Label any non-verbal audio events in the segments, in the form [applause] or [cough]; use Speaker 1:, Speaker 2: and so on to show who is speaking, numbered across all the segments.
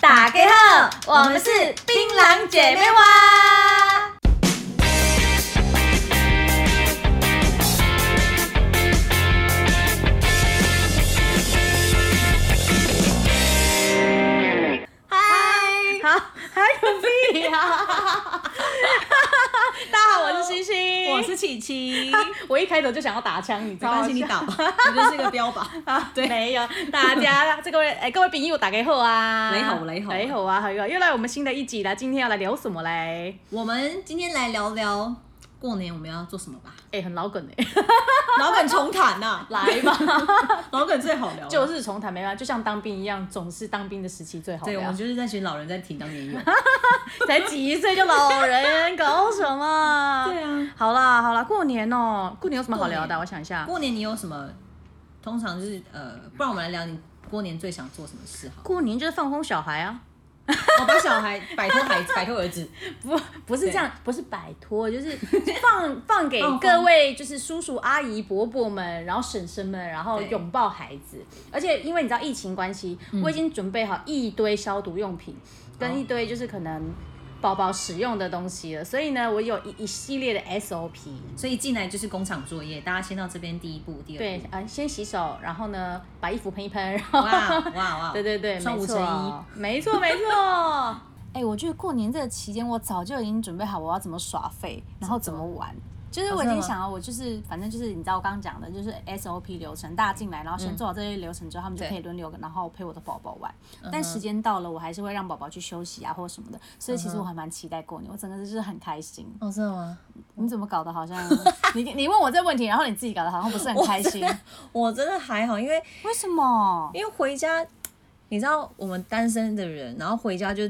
Speaker 1: 打给后，我们是槟榔姐妹花。嗨，
Speaker 2: 好，还有屁啊！ [laughs] 大家好，我是星星，
Speaker 3: [laughs] 我是琪琪，
Speaker 2: 我一开头就想要打枪，你知
Speaker 3: [laughs] 没
Speaker 2: 道吗
Speaker 3: 关系， [laughs] 你打吧，你就是一个标靶。
Speaker 2: [laughs]
Speaker 3: 对
Speaker 2: 啊没有，大家这各
Speaker 3: [laughs]
Speaker 2: 位哎、各位朋友打给后啊，
Speaker 3: 你好你好
Speaker 2: 你好啊，好啊，又来我们新的一集了，今天要来聊什么嘞？
Speaker 3: 我们今天来聊聊过年我们要做什么吧，
Speaker 2: 哎、很老梗哎、
Speaker 3: 老梗重谈呐、
Speaker 2: 来吧，
Speaker 3: [laughs] 老梗最好聊了。
Speaker 2: 旧日重谈没办啊法，就像当兵一样，总是当兵的时期最好
Speaker 3: 对，我
Speaker 2: 聊
Speaker 3: 们。就是在群老人在听当年用。
Speaker 2: [laughs]
Speaker 3: [laughs]
Speaker 2: 才几岁就老人，搞什么？
Speaker 3: 对啊，
Speaker 2: 好啦好啦，过年哦、过年有什么好聊
Speaker 3: 过
Speaker 2: 的？
Speaker 3: 年
Speaker 2: 我想一下，
Speaker 3: 过年你有什么？通常就是呃，不然我们来聊你过年最想做什么事好了。
Speaker 2: 过年就是放空小孩啊。
Speaker 3: [laughs] 我把小孩摆脱孩子，摆脱儿子，
Speaker 2: [laughs] 不不是
Speaker 3: 对
Speaker 2: 这样，不是摆脱，就是
Speaker 3: [laughs]
Speaker 2: 放放给
Speaker 3: 放
Speaker 2: 各位就是叔叔阿姨伯伯们，然后婶婶们，然后
Speaker 3: 对嗯
Speaker 2: 拥抱孩子。而且因为你知道疫情关系，我已经准备好一堆消毒用品，
Speaker 3: 哦
Speaker 2: 跟一堆就是可能宝宝使用的东西了。所以呢，我有一一系列的 SOP。
Speaker 3: 所以进来就是工厂作业，大家先到这边第一步，第二
Speaker 2: 对
Speaker 3: 步。，
Speaker 1: 嗯
Speaker 2: 啊，先洗手，然后呢，把衣服喷一喷，然后
Speaker 3: 哇哇哇！
Speaker 2: [laughs] 对对对，
Speaker 3: 双
Speaker 2: 没
Speaker 3: 无
Speaker 2: 错
Speaker 3: 成衣。，
Speaker 2: 没错没错。
Speaker 1: [laughs] 哎、我觉得过年这个期间，我早就已经准备好我要怎么耍废，然后怎么玩。就是
Speaker 2: 哦
Speaker 1: 我已经想好，我就是反正就是你知道我刚刚讲的，就是 SOP 流程，大家进来，然后
Speaker 2: 嗯
Speaker 1: 先做好这些流程之后，他们就
Speaker 3: 对
Speaker 1: 可以轮流，然后陪我的宝宝玩。
Speaker 2: 嗯
Speaker 1: 但时间到了，我还是会让宝宝去休息啊，或什么的。所以其
Speaker 2: 嗯
Speaker 1: 实我还蛮期待过年，我整个就是很开心。
Speaker 3: 哦，真的吗？
Speaker 2: 嗯
Speaker 1: 你怎么搞得好像你你问我这个问题，然后你自己搞得好像不是很开心？
Speaker 3: 我真的还好，因为
Speaker 1: 为什么？
Speaker 3: 因为回家，你知道我们单身的人，然后回家就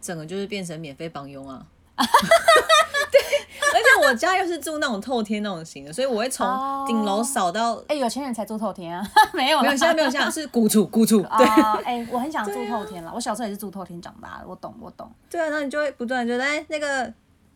Speaker 3: 整个就是变成免费帮佣啊。 [laughs] 对，而且我家又是住那种透天那种型的，所以我会从
Speaker 1: 哦
Speaker 3: 顶楼扫到。
Speaker 1: 哎、有钱人才住透天啊， [laughs] 没有啦
Speaker 3: 没有，现在没
Speaker 1: [laughs]
Speaker 3: 有这样，是鼓处鼓处。对
Speaker 1: 啊，哎、我很想住透天了。我小时候也是住透天长大的，我懂，我懂。
Speaker 3: 对啊，那你就会不断地觉得，哎，那个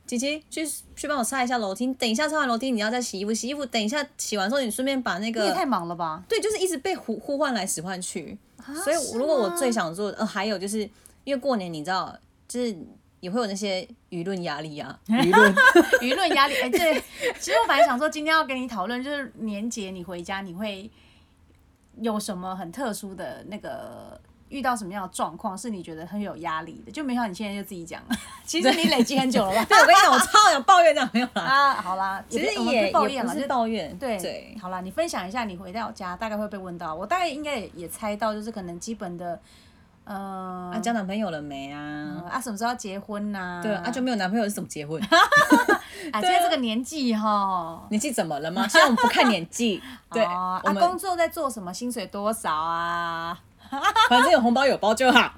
Speaker 3: 琪琪去去帮我擦一下楼梯，等一下擦完楼梯你要再洗衣服，洗衣服等一下洗完之后你顺便把那
Speaker 1: 你也太
Speaker 3: 个。
Speaker 1: 忙了吧？
Speaker 3: 呃对，就是一直被呼呼唤来使唤去。所以
Speaker 1: 啊是
Speaker 3: 如果我
Speaker 1: 吗
Speaker 3: 最想做的，呃，还有就是因为过年你知道，就是也会有那些舆论压力
Speaker 1: [laughs]
Speaker 3: 啊，舆论
Speaker 1: 舆论压力，哎、
Speaker 3: [laughs]
Speaker 1: 对。其实我本来想说，今天要跟你讨论，就是年节你回家你会有什么很特殊的那个。遇到什么样的状况是你觉得很有压力的？就没想到你现在就自己讲 [laughs] 了，其实你累积很久
Speaker 3: [laughs]
Speaker 1: 了吧？
Speaker 3: 对，我跟你讲，我超想抱怨这样没有啦，
Speaker 1: 啊，好啦，
Speaker 3: 其实
Speaker 1: 不我们
Speaker 3: 也
Speaker 1: 不抱怨
Speaker 3: 也
Speaker 1: 了，
Speaker 3: 不
Speaker 1: 就是
Speaker 3: 抱怨，
Speaker 1: 对嗯
Speaker 3: 对，
Speaker 1: 好啦，你分享一下你回到家大概会被问到，我大概应该也也猜到，就是可能基本的，呃，
Speaker 3: 啊，交男朋友了没啊？
Speaker 1: 嗯啊，什么时候要结婚呐、
Speaker 3: 对啊，就没有男朋友是怎么
Speaker 1: [laughs]
Speaker 3: 结婚？
Speaker 1: 啊，现在这个年纪哈，
Speaker 3: 年纪怎么了吗？现在我们不看
Speaker 1: [laughs]
Speaker 3: 年纪，对，
Speaker 1: 哦、
Speaker 3: 我
Speaker 1: 啊，
Speaker 3: 们
Speaker 1: 工作在做什么，薪水多少啊？
Speaker 3: [laughs] 反正有红包有包就
Speaker 1: [laughs]
Speaker 3: 好，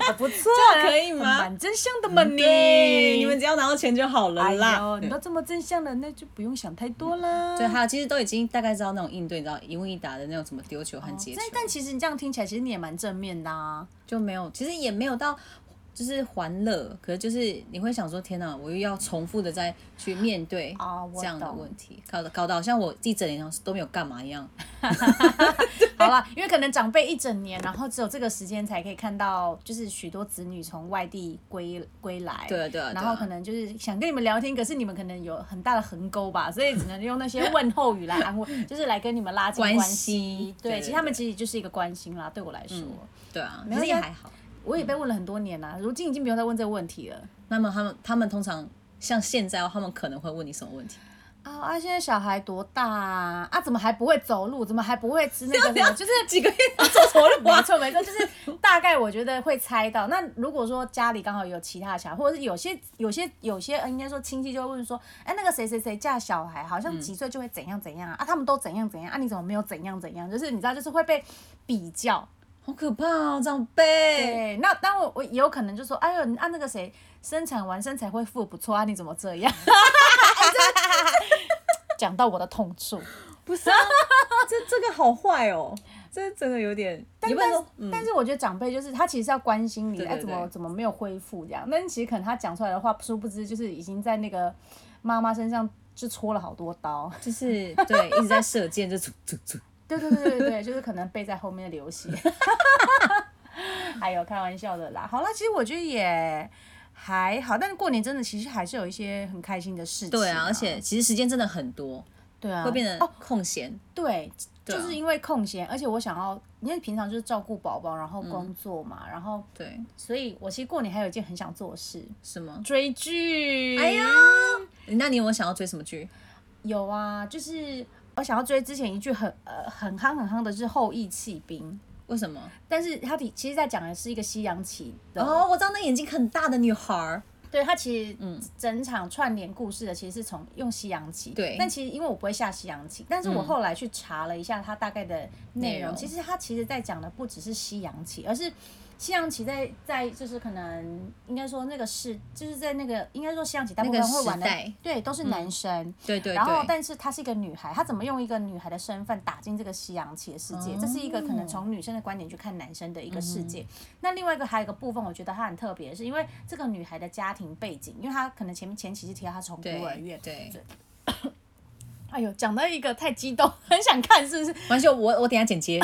Speaker 1: 啊不错，
Speaker 3: 这样可以吗嗯
Speaker 1: 蛮真相的嘛哦你，
Speaker 3: 对，你们只要拿到钱就好了
Speaker 1: 哎
Speaker 3: 啦
Speaker 1: 呦，。你都这么真相了，那就不用想太多啦。
Speaker 3: 对，还有其实都已经大概知道那种应对，你知道一问一答的那种什么丢球和
Speaker 1: 哦
Speaker 3: 接球
Speaker 1: 但，但其实你这样听起来，其实你也蛮正面的啊。
Speaker 3: 就没有，其实也没有到就是欢乐，可是就是你会想说，天哪，我又要重复的再去面对
Speaker 1: 哦我
Speaker 3: 这样的
Speaker 1: 懂
Speaker 3: 问题，搞得搞得好像我一整年都没有干嘛一样。
Speaker 1: [laughs] 好了，因为可能长辈一整年，然后只有这个时间才可以看到，就是许多子女从外地归归来。
Speaker 3: 对啊对啊对啊
Speaker 1: 然后可能就是想跟你们聊天，可是你们可能有很大的横沟吧，所以只能用那些问候语来安慰，就是来跟你们拉近
Speaker 3: 关
Speaker 1: [laughs] 系。
Speaker 3: 系
Speaker 1: 对，嗯
Speaker 3: 对对
Speaker 1: 其实他们其实就是一个关心啦，对我来说，
Speaker 3: 对啊，
Speaker 1: 没有
Speaker 3: 可是也
Speaker 1: 要
Speaker 3: 还好。
Speaker 1: 我也被问了很多年啦，如今已经不用再问这个问题了。
Speaker 3: 那么他们他们通常像现在、哦，他们可能会问你什么问
Speaker 1: [laughs]
Speaker 3: 题？
Speaker 1: 啊、啊！现在小孩多大啊？啊，怎么还不会走路？怎么还不会吃那个什
Speaker 3: [laughs]
Speaker 1: 么？啊就是
Speaker 3: 几个月要做什么了
Speaker 1: 没？错没错，就是大概我觉得会猜到。那如果说家里刚好有其他的小孩，或者是有些有些有些呃应该说亲戚就会问说，哎、那个谁谁谁嫁小孩，好像几岁就会怎样怎样啊？啊他们都怎样怎样啊？你怎么没有怎样怎样？就是你知道，就是会被比较。
Speaker 3: 好可怕哦，长辈。
Speaker 1: 对，那当我我也有可能就说，哎呦，啊那个谁生产完身材恢复得不错啊，你怎么这样？ [laughs] 哎这讲到我的痛处。
Speaker 3: 不是、啊，这这个好坏哦，这真的有点。
Speaker 1: 但
Speaker 3: 你不
Speaker 1: 但
Speaker 3: 能
Speaker 1: 是
Speaker 3: 说，嗯，
Speaker 1: 但是我觉得长辈就是他其实要关心你，
Speaker 3: 对
Speaker 1: 哎，
Speaker 3: 对
Speaker 1: 怎
Speaker 3: 对
Speaker 1: 么怎么没有恢复这样？但其实可能他讲出来的话，殊不知就是已经在那个妈妈身上就戳了好多刀。 [laughs]
Speaker 3: 就是对，一直在射箭，就 [laughs] 组组组。
Speaker 1: [laughs] 对对对对对，就是可能背在后面流血。哎哎呦，开玩笑的啦。好啦，其实我觉得也还好，但是过年真的其实还是有一些很开心的事情、
Speaker 3: 对啊，而且其实时间真的很多，
Speaker 1: 对啊，
Speaker 3: 会变得
Speaker 1: 哦，
Speaker 3: 空闲。
Speaker 1: 对，
Speaker 3: 对
Speaker 1: 就
Speaker 3: 啊
Speaker 1: 是因为空闲，而且我想要，因为平常就是照顾宝宝，然后
Speaker 3: 嗯
Speaker 1: 工作嘛，然后
Speaker 3: 对，
Speaker 1: 所以我其实过年还有一件很想做的事，
Speaker 3: 什么？
Speaker 1: 追剧。
Speaker 3: 哎呀，那你有没有想要追什么剧？
Speaker 1: 有啊，就是我想要追之前一句很呃很夯很夯的是《后羿弃兵》。
Speaker 3: 为什么？
Speaker 1: 但是他其其实，在讲的是一个西洋棋的，
Speaker 3: 哦，我知道那眼睛很大的女孩儿，
Speaker 1: 对他其实整场串联故事的，其实是从用西洋棋。
Speaker 3: 对嗯
Speaker 1: 但其实因为我不会下西洋棋，但是我后来去查了一下它大概的内
Speaker 3: 内
Speaker 1: 容，
Speaker 3: 容
Speaker 1: 其实它其实在讲的不只是西洋棋，而是西洋棋在在就是可能应该说那个是就是在那个应该说西洋棋大部分
Speaker 3: 那个
Speaker 1: 会玩的
Speaker 3: 时代嗯
Speaker 1: 对都是男生。
Speaker 3: 对对
Speaker 1: 然后，
Speaker 3: 对，
Speaker 1: 哦但是她是一个女孩，她怎么用一个女孩的身份打进这个西洋棋的世界？
Speaker 3: 哦嗯
Speaker 1: 这是一个可能从女生的观点去看男生的一个世界。那另外一个还有一个部分，我觉得她很特别，是因为这个女孩的家庭背景，因为她可能前面前期是提到她从孤儿
Speaker 3: 对
Speaker 1: 院。
Speaker 3: 对，
Speaker 1: 哎呦，讲到一个太激动， [laughs] 很想看，是不是？
Speaker 3: 完全我我等一下剪
Speaker 1: [laughs]
Speaker 3: 接，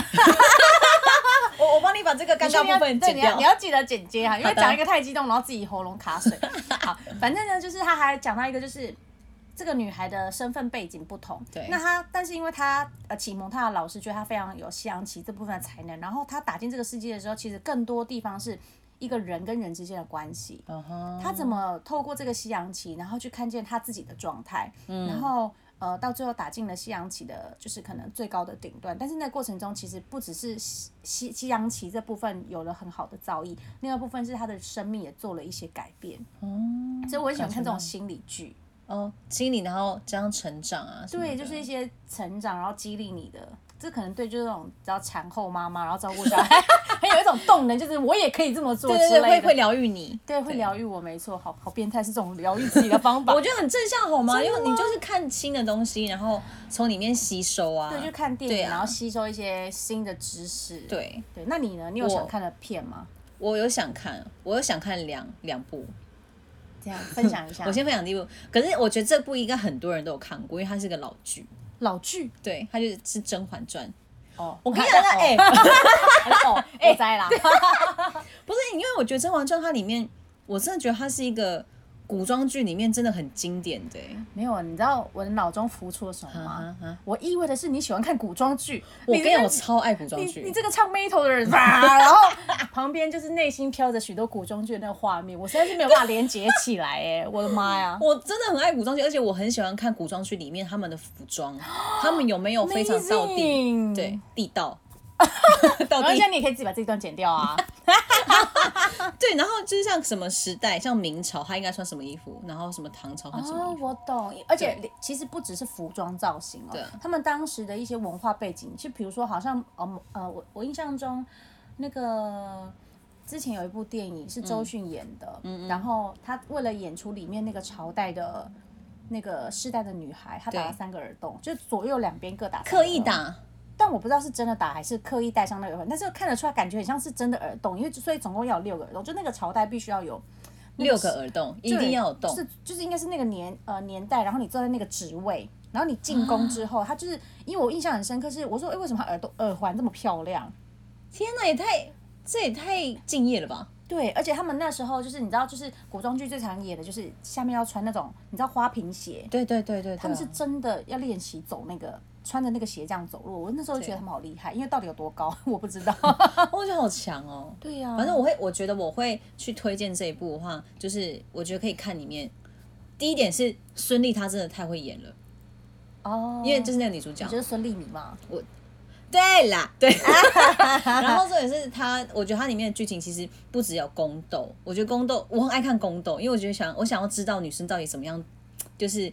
Speaker 3: 我我帮你把这个尴尬部分
Speaker 1: 对，
Speaker 3: 剪
Speaker 1: 你要
Speaker 3: 掉
Speaker 1: 你。要记得剪接哈，因为
Speaker 3: 好的
Speaker 1: 讲一个太激动，然后自己喉咙卡水。好，反正呢，就是他还讲到一个，就是这个女孩的身份背景不同。
Speaker 3: 对
Speaker 1: 那她，但是因为她呃启蒙她的老师觉得她非常有西洋棋这部分的才能，然后她打进这个世界的时候，其实更多地方是一个人跟人之间的关系。
Speaker 3: 嗯哼
Speaker 1: 他怎么透过这个西洋棋，然后去看见他自己的状态，
Speaker 3: 嗯
Speaker 1: 然后呃，到最后打进了西洋棋的，就是可能最高的顶端。但是那个过程中，其实不只是西西西洋棋这部分有了很好的造诣，另外一部分是他的生命也做了一些改变。
Speaker 3: 哦
Speaker 1: 所以我很喜欢看这种
Speaker 3: 感觉到
Speaker 1: 心理剧，
Speaker 3: 哦，心理然后加上成长啊什么的，
Speaker 1: 对，就是一些成长，然后激励你的。这可能对就是那种比较产后妈妈，然后照顾小孩， [laughs] 很有一种动能，就是我也可以这么做
Speaker 3: 对
Speaker 1: 之类
Speaker 3: 对
Speaker 1: 的。
Speaker 3: 对，会会疗愈你。
Speaker 1: 对会疗愈我，没错，好好变态是这种疗愈自己的方
Speaker 3: [laughs]
Speaker 1: 法。
Speaker 3: 我觉得很正向好吗？因为你就是看新的东西，然后从里面吸收啊。
Speaker 1: 对，就看电
Speaker 3: 对
Speaker 1: 影，
Speaker 3: 啊
Speaker 1: 然后吸收一些新的知识。
Speaker 3: 对，
Speaker 1: 对，那你呢？你有想
Speaker 3: 我
Speaker 1: 看的片吗？
Speaker 3: 我有想看，我有想看两两部。
Speaker 1: 这
Speaker 3: [laughs]
Speaker 1: 样分享一下。
Speaker 3: 我先分享第一部，可是我觉得这部应该很多人都有看过，因为它是个老剧。
Speaker 1: 老剧
Speaker 3: 对，它就是《甄嬛传》。
Speaker 1: 哦，
Speaker 3: 我跟你讲，它
Speaker 1: [laughs]
Speaker 3: 哎、[laughs]
Speaker 1: 哦，哎，在啦，
Speaker 3: 不是，因为我觉得《甄嬛传》它里面，我真的觉得它是一个古装剧里面真的很经典的、欸。
Speaker 1: 没有，你知道我的脑中浮出了什么吗
Speaker 3: 啊？啊！
Speaker 1: 我意味的是你喜欢看古装剧，
Speaker 3: 我
Speaker 1: 你
Speaker 3: 跟你讲，
Speaker 1: 这
Speaker 3: 我超爱古装
Speaker 1: 你你
Speaker 3: 剧。
Speaker 1: 这个唱 metal 的人，哇然后旁边就是内心飘着许多古装剧的那个画面，我实在是没有办法连接起来，哎，我的妈呀！
Speaker 3: 我真的很爱古装剧，而且我很喜欢看古装剧里面他们的服
Speaker 1: [gasps]
Speaker 3: 装，他们有没有非常到地？
Speaker 1: Amazing
Speaker 3: 对，，地
Speaker 1: [laughs]
Speaker 3: 道，到
Speaker 1: 然后
Speaker 3: 地
Speaker 1: 现在你也可以自己把这一段剪掉啊。
Speaker 3: 对，然后就是像什么时代，像明朝，他应该穿什么衣服，然后什么唐朝穿什么
Speaker 1: 哦
Speaker 3: 衣，服，
Speaker 1: 我懂，而且其实不只是服装造型哦
Speaker 3: 对，
Speaker 1: 他们当时的一些文化背景，就比如说好像呃呃，我我印象中那个。之前有一部电影是
Speaker 3: 嗯
Speaker 1: 周迅演的，然后她为了演出里面那个朝代的那个世代的女孩，她打了
Speaker 3: 对
Speaker 1: 三个耳洞，就左右两边各打，
Speaker 3: 刻意，打，
Speaker 1: 但我不知道是真的打还是刻意戴上那个耳环，但是看得出来感觉很像是真的耳洞，因为所以总共要有六个耳洞，就那个朝代必须要有
Speaker 3: 六个耳洞一
Speaker 1: 对
Speaker 3: 定要有洞，
Speaker 1: 是就是应该是那个年呃年代，然后你坐在那个职位，然后你进宫之
Speaker 3: 啊
Speaker 1: 后，他就是因为我印象很深刻是，我说哎、诶为什么他耳朵耳环这么漂亮？
Speaker 3: 天哪，也太这也太敬业了吧？
Speaker 1: 对，而且他们那时候就是你知道，就是古装剧最常演的就是下面要穿那种你知道花瓶鞋，
Speaker 3: 对啊对对对对，
Speaker 1: 他们是真的要练习走那个穿着那个鞋这样走路。我那时候就觉得
Speaker 3: 对
Speaker 1: 他们好厉害，因为到底有多高 [laughs] 我不知
Speaker 3: [laughs]
Speaker 1: 道。
Speaker 3: 啊我觉得好强哦。
Speaker 1: 对呀、
Speaker 3: 反正我会，我觉得我会去推荐这一部的话，就是我觉得可以看里面。第一点是孙俪，她真的太会演了，
Speaker 1: 哦，
Speaker 3: 因为就是那个女主角
Speaker 1: 你。就是孙俪你嘛，
Speaker 3: 对啦，对。 [laughs] 然后重点是它，我觉得它里面的剧情其实不只有宫斗，我觉得宫斗我很爱看宫斗，因为我觉得想我想要知道女生到底怎么样，就是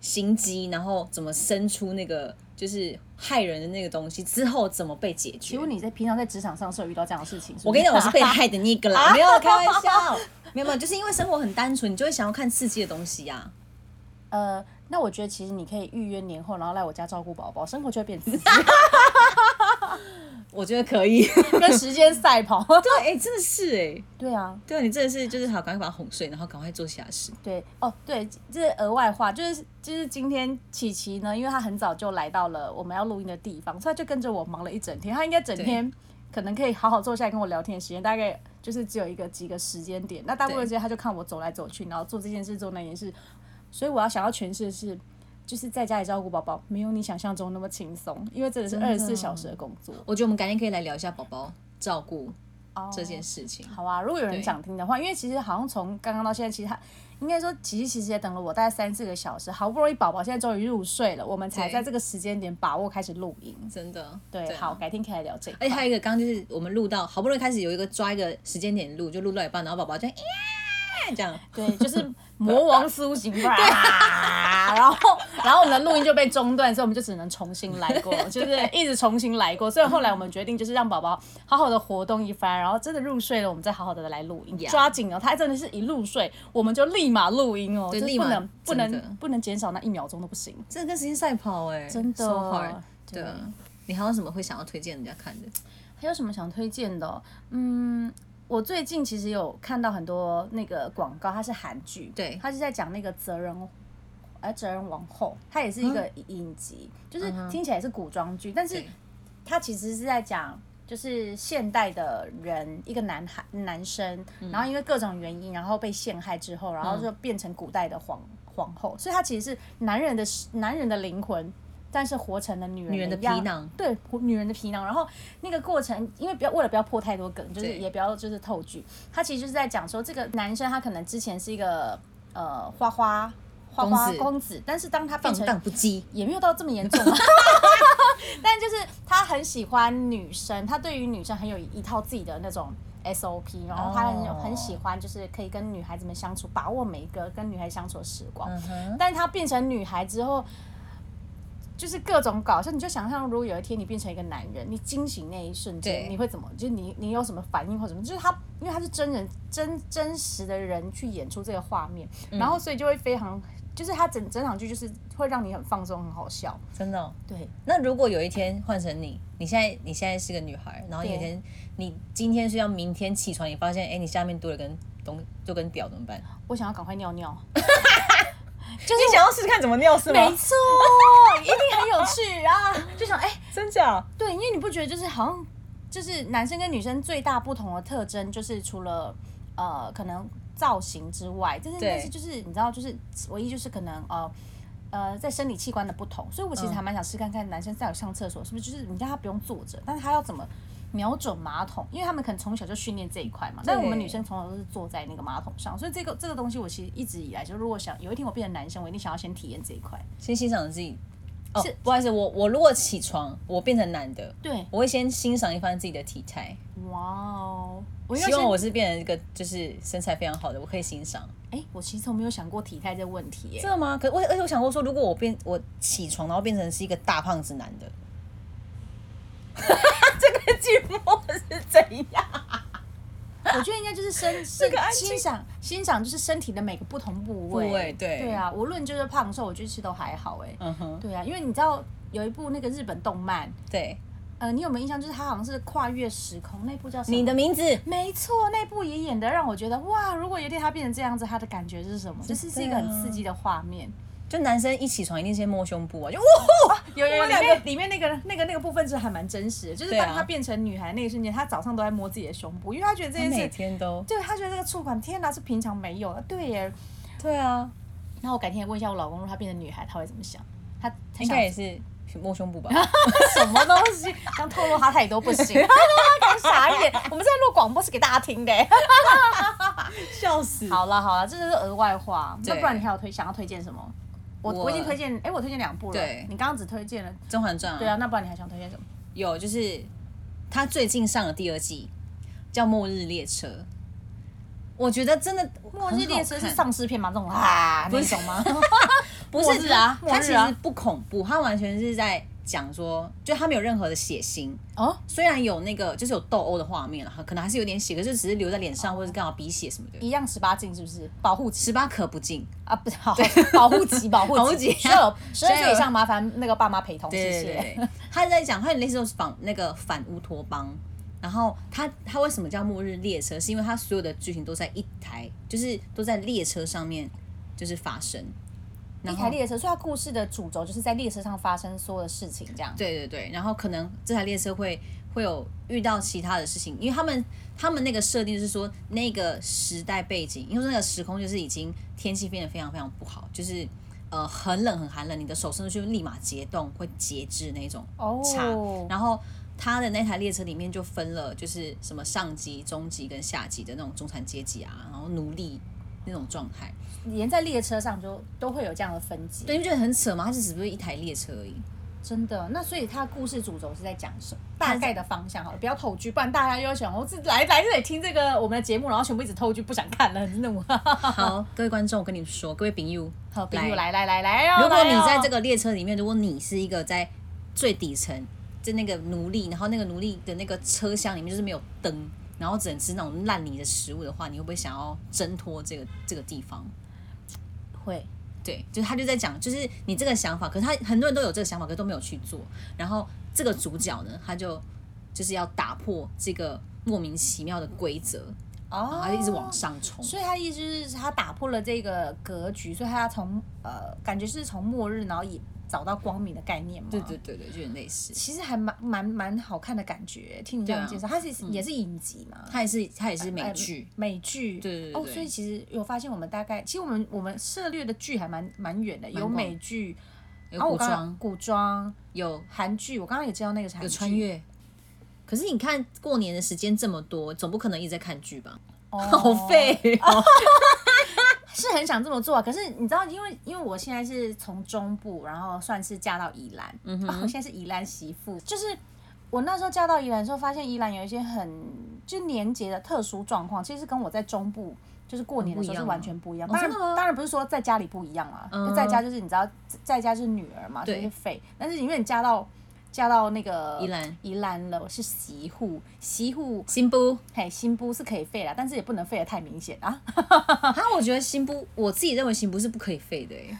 Speaker 3: 心机，然后怎么生出那个就是害人的那个东西之后怎么被解决
Speaker 1: 请。问你在平常在职场上是有遇到这样的事情是不是？
Speaker 3: 我跟你讲，我是被害的那个啦，没有开玩笑，没有没有，就是因为生活很单纯，你就会想要看刺激的东西呀、啊。
Speaker 1: 呃，那我觉得其实你可以预约年后，然后来我家照顾宝宝，生活就会变刺激，
Speaker 3: 我觉得可以，
Speaker 1: [laughs] 跟时间赛跑。
Speaker 3: [laughs] 对，哎、真的是哎、
Speaker 1: 对啊，
Speaker 3: 对啊，你真的是就是好，赶快把它哄睡，然后赶快做其他事。
Speaker 1: 对哦，对，这是额外话，就是就是今天琪琪呢，因为她很早就来到了我们要录音的地方，所以她就跟着我忙了一整天，她应该整天。可能可以好好坐下来跟我聊天的时间，大概就是只有一个几个时间点。那大部分时间他就看我走来走去，然后做这件事做那件事，所以我要想要诠释的是。就是在家里照顾宝宝，没有你想象中那么轻松，因为真的是二十四小时的工作。
Speaker 3: 我觉得我们改天可以来聊一下宝宝照顾这件事情。
Speaker 1: 哦好啊，如果有人想听的话，因为其实好像从刚刚到现在，其实他应该说，其实其实也等了我大概三四个小时，好不容易宝宝现在终于入睡了，我们才
Speaker 3: 对
Speaker 1: 在这个时间点把握开始录音。
Speaker 3: 真的，
Speaker 1: 对，
Speaker 3: 啊
Speaker 1: 好，。改天可以来聊这个。
Speaker 3: 而且还有一个，刚刚就是我们录到好不容易开始有一个抓一个时间点录，就录到一半，然后宝宝就耶这样，
Speaker 1: 对，就是魔王苏醒吧。然后，然后我们的录音就被中断，所以我们就只能重新来
Speaker 3: [laughs]
Speaker 1: 过，就是一直重新来过。所以后来我们决定就是让宝宝好好的活动一番，然后真的入睡了，我们再好好的来录音。
Speaker 3: Yeah
Speaker 1: 抓紧哦，他真的是一入睡，我们就立马录音哦，
Speaker 3: 对
Speaker 1: 就是
Speaker 3: 立
Speaker 1: 不
Speaker 3: 马
Speaker 1: 能不
Speaker 3: 真
Speaker 1: 能
Speaker 3: 的
Speaker 1: 不能减少那一秒钟都不行。
Speaker 3: 真的跟时间赛跑哎、
Speaker 1: 真的
Speaker 3: so hard。
Speaker 1: 对
Speaker 3: 对啊，你还有什么会想要推荐人家看的？
Speaker 1: 还有什么想推荐的哦、嗯，我最近其实有看到很多那个广告，它是韩剧，
Speaker 3: 对
Speaker 1: 它是在讲那个责任。而责任王后，它也是一个影集，就是听起来是古装剧，但是
Speaker 3: 嗯对
Speaker 1: 它其实是在讲就是现代的人，一个男孩男生，
Speaker 3: 嗯
Speaker 1: 然后因为各种原因，然后被陷害之后，然后就变成古代的皇皇后，所以他其实是男人的男人的灵魂，但是活成了女人
Speaker 3: 女人的
Speaker 1: 样
Speaker 3: 皮囊
Speaker 1: 对，女人的皮囊。然后那个过程，因为不要为了不要破太多梗，就是
Speaker 3: 对
Speaker 1: 也不要就是透剧，他其实就是在讲说，这个男生他可能之前是一个呃花花花花
Speaker 3: 公子
Speaker 1: 公子，但是当他变
Speaker 3: 放
Speaker 1: 成
Speaker 3: 荡不羁，
Speaker 1: 也没有到这么严重
Speaker 3: [laughs]
Speaker 1: 啊。但就是他很喜欢女生，他对于女生很有一套自己的那种 SOP，然后他很有
Speaker 3: 哦
Speaker 1: 很喜欢，就是可以跟女孩子们相处，把握每一个跟女孩相处的时光。
Speaker 3: 嗯哼，
Speaker 1: 但是他变成女孩之后，就是各种搞笑。你就想象，如果有一天你变成一个男人，你惊醒那一瞬间
Speaker 3: 对，
Speaker 1: 你会怎么？就是你你有什么反应或什么？就是他，因为他是真人真真实的人去演出这个画面，然后所以就会非常，就是他整整场剧就是会让你很放松，很好笑。
Speaker 3: 真的哦、
Speaker 1: 对，
Speaker 3: 那如果有一天换成你，你现在你现在是个女孩，然后有一天你今天睡觉，明天起床，你发现哎、你下面多了根东，多根屌怎么办？
Speaker 1: 我想要赶快尿尿。
Speaker 3: 就是你想要试试看怎么尿是
Speaker 1: 没错， [laughs] 一定很有趣啊！就想哎。
Speaker 3: 真假？
Speaker 1: 对，因为你不觉得就是好像就是男生跟女生最大不同的特征，就是除了呃可能造型之外，但是
Speaker 3: 对
Speaker 1: 但是就是你知道，就是唯一就是可能呃。呃，在生理器官的不同，所以我
Speaker 3: 嗯
Speaker 1: 其实还蛮想试看看男生在有上厕所是不是，就是你叫他不用坐着，但是他要怎么瞄准马桶，因为他们可能从小就训练这一块嘛。但我们女生从小都是坐在那个马桶上，所以这个这个东西我其实一直以来就如果想有一天我变成男生，我一定想要先体验这一块。
Speaker 3: 先欣赏自己。哦
Speaker 1: 是，
Speaker 3: 不好意思，我我如果起床，我变成男的，
Speaker 1: 对，
Speaker 3: 我会先欣赏一番自己的体态，
Speaker 1: 哇哦，我应该
Speaker 3: 希望
Speaker 1: 先
Speaker 3: 我是变成一个就是身材非常好的，我可以欣赏。
Speaker 1: 哎、我其实从没有想过体态这个问题、耶
Speaker 3: 真的吗？可我而且我想过说，如果我变我起床，然后变成是一个大胖子男的， [laughs] 这个寂寞是怎样？
Speaker 1: 哎我觉得应该就是
Speaker 3: [laughs]
Speaker 1: 身身
Speaker 3: 个安静
Speaker 1: 欣赏欣赏，就是身体的每个不同部位。
Speaker 3: 部位对
Speaker 1: 对啊，无论就是胖瘦，我觉得其实都还好哎、
Speaker 3: 嗯哼，
Speaker 1: 对啊，因为你知道有一部那个日本动漫，
Speaker 3: 对，
Speaker 1: 呃，你有没有印象？就是它好像是跨越时空那部叫什么？
Speaker 3: 你的名字
Speaker 1: 没错，那部也演的让我觉得哇，如果有一天他变成这样子，他的感觉是什么？
Speaker 3: 啊
Speaker 1: 就是是一个很刺激的画面。
Speaker 3: 就男生一起床一定先摸胸部啊，就哇，
Speaker 1: 有有
Speaker 3: 我
Speaker 1: 有，
Speaker 3: 们
Speaker 1: 里
Speaker 3: 两个
Speaker 1: 面里面那个那个那个部分是还蛮真实的，就是
Speaker 3: 对啊
Speaker 1: 当他变成女孩那一瞬间，他早上都在摸自己的胸部，因为他觉得这件事
Speaker 3: 每天都
Speaker 1: 对他觉得这个触感，天哪，是平常没有的。对耶，
Speaker 3: 对啊，
Speaker 1: 那我改天也问一下我老公，如果他变成女孩，他会怎么想？他他
Speaker 3: 应
Speaker 1: 想
Speaker 3: 该也是摸胸部吧？
Speaker 1: 什么东西？刚透露他太多不 [laughs] 行，刚傻眼。我们现在录广播是给大家听的。
Speaker 3: [laughs] 笑
Speaker 1: [laughs]
Speaker 3: 死！
Speaker 1: 好了好了，这就是额外话。那
Speaker 3: 对
Speaker 1: 不然你还有推想要推荐什么？我
Speaker 3: 我
Speaker 1: 我已经推荐，哎、我推荐两部了
Speaker 3: 对。
Speaker 1: 你刚刚只推荐了，
Speaker 3: 《甄嬛传》
Speaker 1: 对啊，那不然你还想推荐什么？
Speaker 3: 有，就是他最近上了第二季，叫《末日列车》。我觉得真
Speaker 1: [laughs]
Speaker 3: 的《
Speaker 1: 末日列车是
Speaker 3: 上
Speaker 1: 丧尸片吗？这种啊，
Speaker 3: 不
Speaker 1: 那
Speaker 3: 是
Speaker 1: 种吗？ [laughs]
Speaker 3: 不
Speaker 1: 末
Speaker 3: 是
Speaker 1: 日啊
Speaker 3: 它它其
Speaker 1: 末日啊
Speaker 3: 实不恐怖，它完全是在讲说，就它没有任何的血腥，
Speaker 1: 哦，
Speaker 3: 虽然有那个就是有斗殴的画面了，可能还是有点血，可是只是留在脸上或者是刚好鼻血什么的。
Speaker 1: 一样十八禁是不是？保护期
Speaker 3: 十八可不进，
Speaker 1: 啊，不是好，保护级，保
Speaker 3: 保
Speaker 1: 护
Speaker 3: 护
Speaker 1: 级，
Speaker 3: 级
Speaker 1: 十二十二
Speaker 3: 十
Speaker 1: 岁
Speaker 3: 二
Speaker 1: 以上麻烦那个爸妈陪同，谢
Speaker 3: 对
Speaker 1: 谢。
Speaker 3: 对对，对 [laughs] 他在讲，他很类似就是反那个反乌托邦。然后他他为什么叫末日列车？是因为他所有的剧情都在一台，就是都在列车上面就是发生。然
Speaker 1: 一
Speaker 3: 后
Speaker 1: 台列车，所以它故事的主轴就是在列车上发生所有的事情，这样。
Speaker 3: 对对对，然后可能这台列车会会有遇到其他的事情，因为他们他们那个设定是说那个时代背景，因为那个时空就是已经天气变得非常非常不好，就是呃很冷很寒冷，你的手甚至就立马结冻会截肢那种
Speaker 1: 哦
Speaker 3: 差。然后他的那台列车里面就分了，就是什么上级、中级跟下级的那种中产阶级啊，然后奴隶那种状态。
Speaker 1: 连在列车上就都会有这样的分级，，
Speaker 3: 对，你不觉得很扯吗？它只是不是一台列车而已。
Speaker 1: 真的。那所以它故事主轴是在讲什么？大概的方向好了，不要透剧，不然大家又要想，我、这来来这里听这个我们的节目，然后全部一直透剧，不想看了，真的我。
Speaker 3: 好，各位观众，我跟你们说，各位朋友，
Speaker 1: [laughs] 好，比如。来来来来哦，
Speaker 3: 如果
Speaker 1: 来
Speaker 3: 你
Speaker 1: 哦
Speaker 3: 在这个列车里面，如果你是一个在最底层，就那个奴隶，然后那个奴隶的那个车厢里面就是没有灯，然后只能吃那种烂泥的食物的话，你会不会想要挣脱这个这个地方？
Speaker 1: 会，
Speaker 3: 对，就是他就在讲，就是你这个想法，可是他很多人都有这个想法，可是都没有去做。然后这个主角呢，他就就是要打破这个莫名其妙的规则，然后
Speaker 1: 哦
Speaker 3: 他啊就一直往上冲。
Speaker 1: 所以他意思就是他打破了这个格局，所以他从呃，感觉是从末日，然后也找到光明的概念嘛。
Speaker 3: 对对，对对，就有点类似。
Speaker 1: 其实还蛮蛮蛮好看的感觉。听你这样介绍，它是也是影集嘛，哎
Speaker 3: 他也是他也是啊嗯美剧，
Speaker 1: 美剧。
Speaker 3: 对对对
Speaker 1: 哦，
Speaker 3: 对
Speaker 1: 所以其实有发现，我们大概其实我们我们涉猎的剧还蛮蛮远的，有
Speaker 3: 广
Speaker 1: 美剧，
Speaker 3: 有
Speaker 1: 然后
Speaker 3: 古
Speaker 1: 我刚刚
Speaker 3: 装，
Speaker 1: 古装、
Speaker 3: 有
Speaker 1: 韩剧，我刚刚也知道那个是韩
Speaker 3: 有
Speaker 1: 剧
Speaker 3: 穿越。可是你看过年的时间这么多，总不可能一直在看剧吧？
Speaker 1: 哦
Speaker 3: [laughs] 好废哦！
Speaker 1: 是很想这么做啊，可是你知道，因为因为我现在是从中部，然后算是嫁到宜兰，嗯哼，我现在是宜兰媳妇，就是我那时候嫁到宜兰的时候，发现宜兰有一些很就年节的特殊状况，其实跟我在中部。就是过年的时候是
Speaker 3: 很不一样吗
Speaker 1: 完全不一样，
Speaker 3: 哦
Speaker 1: 当然、
Speaker 3: 真的吗
Speaker 1: 当然不是说在家里不一样啦，
Speaker 3: 嗯
Speaker 1: 就在家就是你知道，在家就是女儿嘛，就
Speaker 3: 对
Speaker 1: 是废。但是因为你嫁到嫁到那个
Speaker 3: 宜兰
Speaker 1: 宜兰了，我是媳妇，媳妇
Speaker 3: 新不？
Speaker 1: 嘿 [laughs] 新不是可以废啦，但是也不能废的太明显啊。
Speaker 3: 哈，我觉得新不，我自己认为新不是不可以废的、欸，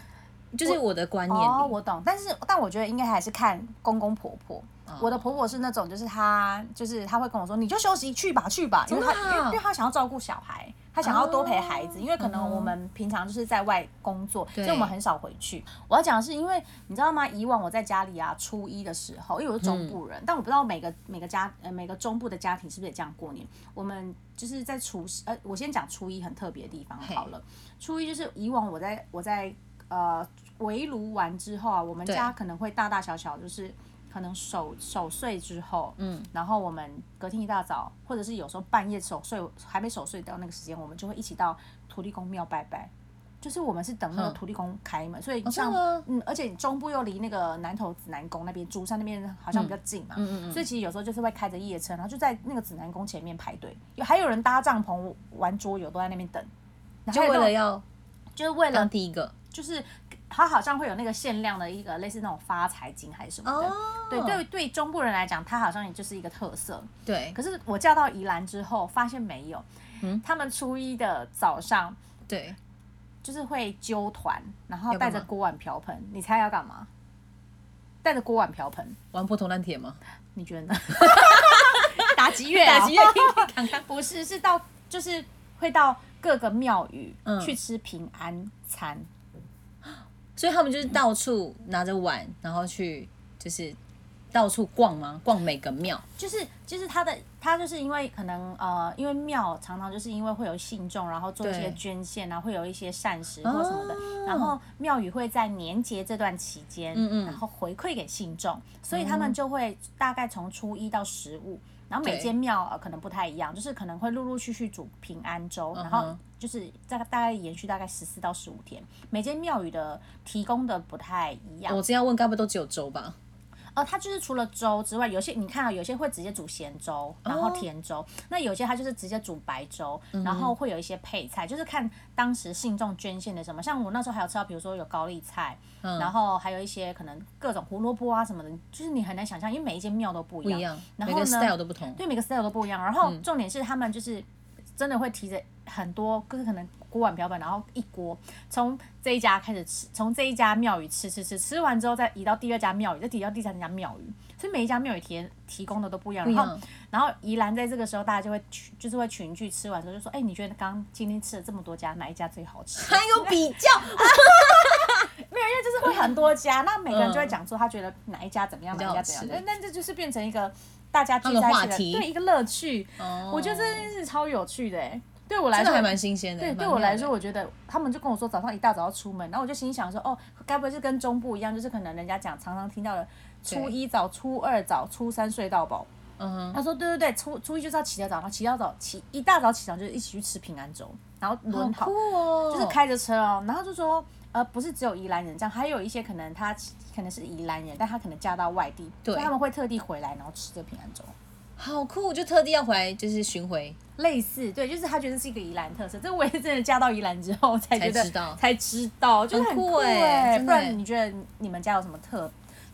Speaker 3: 就是我的观念里。
Speaker 1: 哦，我懂，但是但我觉得应该还是看公公婆婆。
Speaker 3: 嗯
Speaker 1: 我的婆婆是那种，就是她，就是她会跟我说，你就休息去吧，去吧，因为她
Speaker 3: 真
Speaker 1: 因
Speaker 3: 的
Speaker 1: 为
Speaker 3: 啊哦
Speaker 1: 因为她想要照顾小孩，她想要多陪孩子，因为可能我们平常就是在外工作，所
Speaker 3: 嗯对
Speaker 1: 以我们很少回去。我要讲的是，因为你知道吗？以往我在家里啊，初一的时候，因为我是
Speaker 3: 嗯
Speaker 1: 中部人，但我不知道每个每个家呃每个中部的家庭是不是也这样过年。我们就是在初呃，我先讲初一很特别的地方
Speaker 3: 嘿
Speaker 1: 好了。初一就是以往我在我在呃围炉完之后啊，我们
Speaker 3: 对
Speaker 1: 家可能会大大小小就是可能守守岁之后，嗯，然后我们隔天一大早，或者是有时候半夜守岁还没守岁到那个时间，我们就会一起到土地公庙拜拜。就是我们是等那个
Speaker 3: 嗯
Speaker 1: 土地公开门，所以
Speaker 3: 哦
Speaker 1: 像、
Speaker 3: 真的吗
Speaker 1: 嗯，而且中部又离那个南投指南宫那边、竹山那边好
Speaker 3: 嗯
Speaker 1: 像比较近嘛，所以其实有时候就是会开着夜车，然后就在那个指南宫前面排队，有还有人搭帐篷玩桌游都在那边等，然后
Speaker 3: 就
Speaker 1: 还有那
Speaker 3: 为
Speaker 1: 种
Speaker 3: 了要嗯
Speaker 1: 就是为了
Speaker 3: 当第一个
Speaker 1: 就是它好像会有那个限量的一个类似那种发财金还是什么的。
Speaker 3: 哦
Speaker 1: 对对对，中部人来讲，它好像也就是一个特色。
Speaker 3: 对
Speaker 1: 可是我嫁到宜兰之后，发现没有，
Speaker 3: 嗯
Speaker 1: 他们初一的早上
Speaker 3: 对，
Speaker 1: 就是会揪团，然后
Speaker 3: 要
Speaker 1: 带
Speaker 3: 干嘛
Speaker 1: 着锅碗瓢盆，你猜要干嘛？带着锅碗瓢盆，
Speaker 3: 玩破铜烂铁吗？
Speaker 1: 你觉得呢？ [laughs] 打击乐、啊，。
Speaker 3: [laughs] 打击乐听听看看
Speaker 1: [laughs] 不是，是到就是会到各个庙宇、
Speaker 3: 嗯
Speaker 1: 去吃平安餐。
Speaker 3: 所以他们就是到处拿着碗，然后去就是到处逛吗？逛每个庙，
Speaker 1: 就是就是他的他就是因为可能呃，因为庙常常就是因为会有信众，然后做一些
Speaker 3: 对哦
Speaker 1: 捐献，啊然后会有一些膳食或什么的，然后庙宇会在年节这段期间，
Speaker 3: 嗯嗯哦
Speaker 1: 然后回馈给信众，所以他们就会大概从初一到十五。然后每
Speaker 3: 对
Speaker 1: 间庙呃可能不太一样，就是可能会陆陆续续煮平安粥，然后
Speaker 3: 嗯哼
Speaker 1: 就是大概大概延续大概十四到十五天，每间庙宇的提供的不太一样。
Speaker 3: 我这样问，该不会都只有粥吧？
Speaker 1: 哦，它就是除了粥之外，有些你看啊，有些会直接煮咸粥，然后甜粥；那有些它就是直接煮白粥，然后会有一些配菜，就是看当时信众捐献的什么。像我那时候还有吃到，比如说有高丽菜，然后还有一些可能各种胡萝卜啊什么的，就是你很难想象，因为每一间庙都不一
Speaker 3: 不
Speaker 1: 样。
Speaker 3: 一样，
Speaker 1: 然
Speaker 3: 每
Speaker 1: 后
Speaker 3: 个
Speaker 1: 呢
Speaker 3: style 都不同。
Speaker 1: 对每个 style 都不一样。然
Speaker 3: 嗯
Speaker 1: 后重点是他们就是真的会提着很多，就是可能锅碗瓢盆，然后一锅从这一家开始吃，从这一家庙宇吃吃吃，吃完之后再移到第二家庙宇，再移到第三家庙宇，所以每一家庙宇提提供的都不一样。
Speaker 3: 不一
Speaker 1: 然
Speaker 3: 样
Speaker 1: 后然后宜兰在这个时候大家就会群就是会群聚吃完之后就说，哎、你觉得刚今天吃了这么多家，哪一家最好吃？
Speaker 3: 还有比较，
Speaker 1: 没有，因为就是会很多家，那每个人就会讲出他觉得哪一家怎么样，
Speaker 3: 嗯比
Speaker 1: 哪
Speaker 3: 较
Speaker 1: 一家
Speaker 3: 好
Speaker 1: 怎
Speaker 3: 吃
Speaker 1: 样。那那这就是变成一个大家聚在
Speaker 3: 他们的
Speaker 1: 一起
Speaker 3: 话题
Speaker 1: 的，对一个乐趣。
Speaker 3: 哦
Speaker 1: 我觉得这件事超有趣的、欸，对我来
Speaker 3: 真
Speaker 1: 说
Speaker 3: 的还蛮新鲜的。
Speaker 1: 对，
Speaker 3: 蛮
Speaker 1: 对我
Speaker 3: 妙
Speaker 1: 来
Speaker 3: 的
Speaker 1: 说，我觉得他们就跟我说早上一大早要出门，然后我就心里想说，哦，该不会是跟中部一样，就是可能人家讲常常听到的初
Speaker 3: 对
Speaker 1: 一早、初二早、初三睡到饱。
Speaker 3: 嗯哼，
Speaker 1: 他说对对对，初初一就是要起得早，然后起到早起一大早起床就是一起去吃平安粥，然后轮
Speaker 3: 好
Speaker 1: 跑
Speaker 3: 酷，哦，
Speaker 1: 嗯就是开着车哦，然后就说呃不是只有宜兰人这样，还有一些可能他可能是宜兰人，但他可能嫁到外地，
Speaker 3: 对
Speaker 1: 所以他们会特地回来然后吃这个平安粥。
Speaker 3: 好酷，就特地要回来就是巡回，
Speaker 1: 类似，对，就是他觉得是一个宜兰特色。这我也真的嫁到宜兰之后才觉
Speaker 3: 才
Speaker 1: 得
Speaker 3: 知道
Speaker 1: 才知道，就是
Speaker 3: 很酷
Speaker 1: 酷
Speaker 3: 欸
Speaker 1: 欸
Speaker 3: 真
Speaker 1: 不
Speaker 3: 的欸
Speaker 1: 然你觉得你们家有什么特？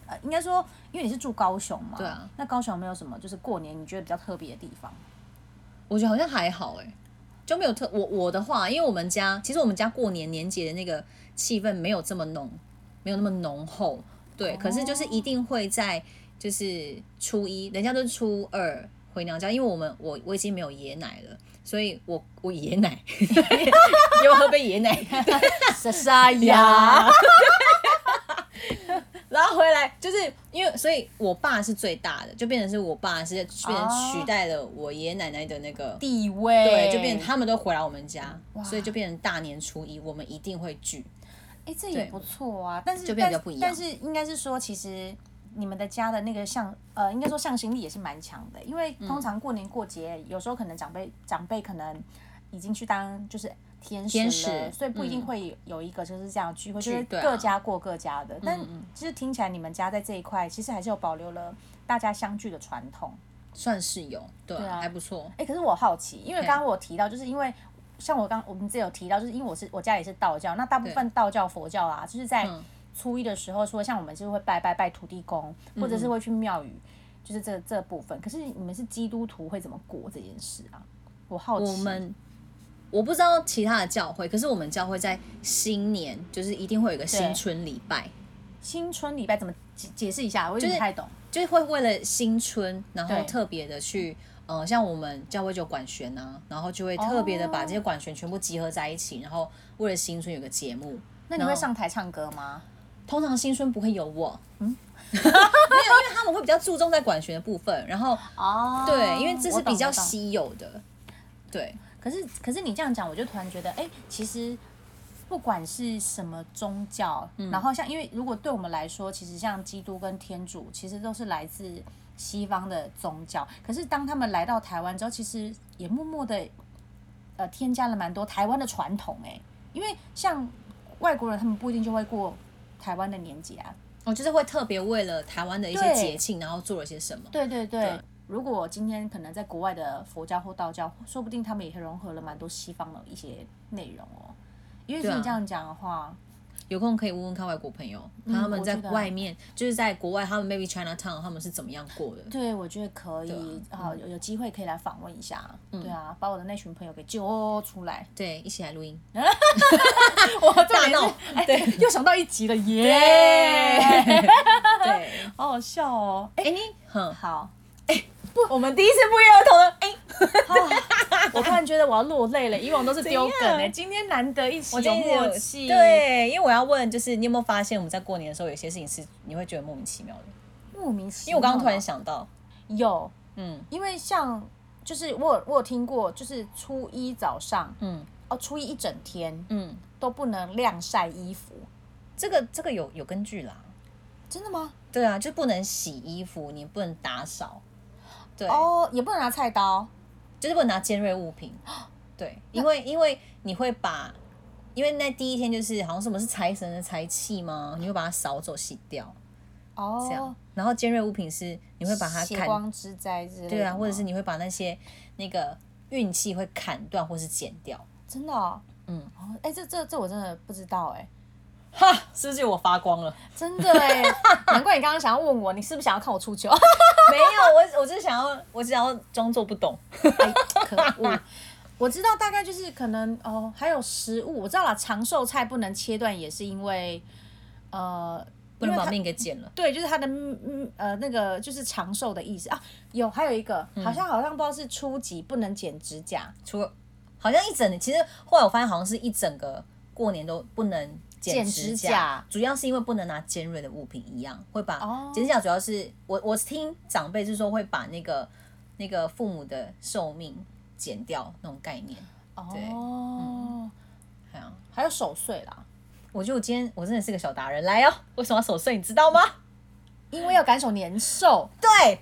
Speaker 1: 呃，应该说，因为你是住高雄嘛，
Speaker 3: 对啊。
Speaker 1: 那高雄有没有什么就是过年你觉得比较特别的地
Speaker 3: [laughs]
Speaker 1: 方？
Speaker 3: 我觉得好像还好哎、就没有特我我的话，因为我们家其实我们家过年年节的那个气氛没有这么浓，没有那么浓厚，对，可是就是一定会在就是初一，人家都是初二回娘家，因为我们我我已经没有爷奶了，所以我我爷奶 [laughs] 给我喝杯爷奶，
Speaker 1: 莎莎
Speaker 3: 呀，然后回来就是因为，所以我爸是最大的，就变成是我爸是变成取代了我爷爷奶奶的那个
Speaker 1: 地位
Speaker 3: 对，就变成他们都回来我们家，
Speaker 1: 哇
Speaker 3: 所以就变成大年初一我们一定会聚。
Speaker 1: 哎、这也
Speaker 3: 对
Speaker 1: 不错啊，但是
Speaker 3: 就变得
Speaker 1: 但
Speaker 3: 比较不一样
Speaker 1: 但是应该是说，其实你们的家的那个向呃，应该说向心力也是蛮强的，因为
Speaker 3: 嗯
Speaker 1: 通常过年过节，有时候可能长辈长辈可能已经去当就是天使了，
Speaker 3: 天使
Speaker 1: 所以不一定
Speaker 3: 嗯
Speaker 1: 会有一个就是这样的聚会，就
Speaker 3: 聚
Speaker 1: 是
Speaker 3: 对啊
Speaker 1: 各家过各家的。但
Speaker 3: 嗯
Speaker 1: 其实听起来你们家在这一块，其实还是有保留了大家相聚的传统。
Speaker 3: 算是有，对啊，
Speaker 1: 对啊
Speaker 3: 还不错。
Speaker 1: 哎、可是我好奇，因为
Speaker 3: 嘿
Speaker 1: 刚刚我有提到，就是因为像我刚我们之前有提到，就是因为我是我家里是道教，那大部分道教、佛教啊，就是在
Speaker 3: 嗯
Speaker 1: 初一的时候说，像我们就是会拜拜拜土地公，或
Speaker 3: 嗯
Speaker 1: 者是会去庙宇，就是这这部分。可是你们是基督徒会怎么过这件事啊？我好奇。
Speaker 3: 我们我不知道其他的教会，可是我们教会在新年就是一定会有一个新
Speaker 1: 对
Speaker 3: 春礼拜，
Speaker 1: 新春礼拜怎么解解释一下？我有点
Speaker 3: 就是
Speaker 1: 不太懂。
Speaker 3: 就是会为了新春，然后
Speaker 1: 对
Speaker 3: 特别的去。呃，像我们教会就有管弦啊，然后就会特别的把这些管弦全部集合在一起，然后为了新春有个节目。
Speaker 1: 那你会上台唱歌吗？
Speaker 3: 通常新春不会有我，嗯， [laughs] 没有，因为他们会比较注重在管弦的部分，然后
Speaker 1: 哦，
Speaker 3: 对，因为这
Speaker 1: 我
Speaker 3: 是
Speaker 1: 懂
Speaker 3: 比较
Speaker 1: 我懂
Speaker 3: 稀有的。对，
Speaker 1: 可是，可是你这样讲，我就突然觉得，哎、其实不管是什么宗教，然后像因为如果对我们来说，其实像基督跟天主，其实都是来自西方的宗教。可是当他们来到台湾之后，其实也默默的呃添加了蛮多台湾的传统、哎，因为像外国人他们不一定就会过台湾的年节啊，
Speaker 3: 我哦就是会特别为了台湾的一些
Speaker 1: 对
Speaker 3: 节庆，然后做了些什么。
Speaker 1: 对对对。
Speaker 3: 对
Speaker 1: 如果今天可能在国外的佛教或道教，说不定他们也融合了蛮多西方的一些内容哦。因为
Speaker 3: 对啊
Speaker 1: 你这样讲的话，
Speaker 3: 有空可以问问看外国朋友，
Speaker 1: 嗯
Speaker 3: 他们在
Speaker 1: 我知道
Speaker 3: 外面，就是在国外，他们 maybe China Town 他们是怎么样过的？
Speaker 1: 对我觉得可以，
Speaker 3: 对啊
Speaker 1: 好有有机会可以来访问一下。对啊，把我的那群朋友给揪出来。
Speaker 3: 对，一起来录音。
Speaker 1: [laughs] 我大
Speaker 3: 闹
Speaker 1: 哎，又想到一集了耶！
Speaker 3: 对，对，
Speaker 1: [laughs] 好好笑哦。哎，
Speaker 3: 哎你，哼，
Speaker 1: 好，
Speaker 3: 我们第一次不约而同的，哎，
Speaker 1: [laughs] 我突然觉得我要落泪了，以往都是丢梗
Speaker 3: 怎样
Speaker 1: 哎，今天难得一起
Speaker 3: 今
Speaker 1: 哎有
Speaker 3: 天
Speaker 1: 默
Speaker 3: 有
Speaker 1: 契。
Speaker 3: 对，因为我要问，就是你有没有发现我们在过年的时候，有些事情是你会觉得莫名其妙的？
Speaker 1: 莫名其妙。
Speaker 3: 因为我刚刚突然想到，
Speaker 1: 有
Speaker 3: 嗯
Speaker 1: 因为像就是我有我有听过，就是初一早上
Speaker 3: 嗯
Speaker 1: 哦，初一一整天
Speaker 3: 嗯，
Speaker 1: 都不能晾晒衣服，
Speaker 3: 这个这个有有根据啦。
Speaker 1: 真的吗？
Speaker 3: 对啊，就不能洗衣服，你不能打扫，对，
Speaker 1: 哦，也不能拿菜刀，
Speaker 3: 就是不能拿尖锐物品，对，因为因为你会把，因为那第一天就是好像什么是财神的财气吗？你会把它扫走洗掉，
Speaker 1: 哦，
Speaker 3: 这样，然后尖锐物品是你会把它
Speaker 1: 血
Speaker 3: 砍，
Speaker 1: 光之灾之类的吗，
Speaker 3: 对啊，或者是你会把那些那个运气会砍断或是剪掉，
Speaker 1: 真的、哦，
Speaker 3: 嗯
Speaker 1: 哦，哎、这这这我真的不知道哎、
Speaker 3: 哈， [laughs] 是不是我发光了？
Speaker 1: 真的哎、难怪你刚刚想要问我，你是不是想要看我出糗？
Speaker 3: [laughs] 没有，我我只想要，我只想要装作不懂，哎
Speaker 1: 可恶！ [laughs] 我知道大概就是可能哦，还有食物，我知道了，长寿菜不能切断，也是因为呃，
Speaker 3: 不能
Speaker 1: 因为
Speaker 3: 把
Speaker 1: 它
Speaker 3: 命给剪了。
Speaker 1: 对，就是它的嗯嗯呃那个就是长寿的意思啊。有还有一个，好像好像不知道是初级不能剪指甲，
Speaker 3: 除了好像一整，其实后来我发现好像是一整个过年都不能剪
Speaker 1: 剪
Speaker 3: 指
Speaker 1: 指
Speaker 3: 甲
Speaker 1: 甲，
Speaker 3: 主要是因为不能拿尖锐的物品一样，会把
Speaker 1: 哦
Speaker 3: 剪指甲主要是我我听长辈是说会把那个那个父母的寿命减掉那种概念，
Speaker 1: 嗯
Speaker 3: 对
Speaker 1: 哦，
Speaker 3: 哎呀，
Speaker 1: 还有守岁啦，
Speaker 3: 我觉得我今天我真的是个小达人，来哦， [laughs] 为什么要守岁你知道
Speaker 1: [laughs]
Speaker 3: 吗？
Speaker 1: 因为要赶守年兽，
Speaker 3: 对，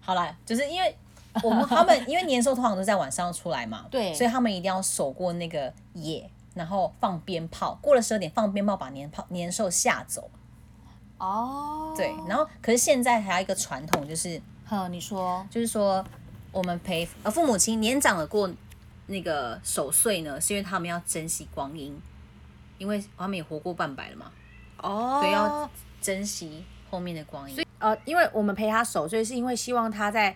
Speaker 3: 好啦，就是因为我们
Speaker 1: [laughs]
Speaker 3: 他们因为年兽通常都在晚上出来嘛，
Speaker 1: 对
Speaker 3: 所以他们一定要守过那个夜，然后放鞭炮，过了十二点放鞭炮把年炮年兽吓走。
Speaker 1: 哦，
Speaker 3: 对，然后可是现在还有一个传统，就是
Speaker 1: 哼，你说
Speaker 3: 就是说我们陪呃父母亲年长了过那个守岁呢，是因为他们要珍惜光阴，因为他们也活过半百了嘛，
Speaker 1: 哦
Speaker 3: 对，要珍惜后面的光阴。
Speaker 1: 呃，因为我们陪他守，所以是因为希望他在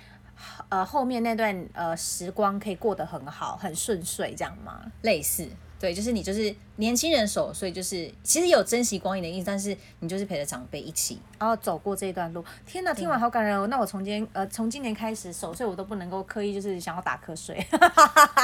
Speaker 1: 呃后面那段呃时光可以过得很好，很顺遂，这样吗？
Speaker 3: 类似，对，就是你就是年轻人守，所以就是其实有珍惜光阴的意思，但是你就是陪着长辈一起，
Speaker 1: 然后走过这一段路，天哪，听完好感人哦！那我从今天呃从今年开始守岁，我都不能够刻意就是想要打瞌
Speaker 3: [laughs]
Speaker 1: 睡。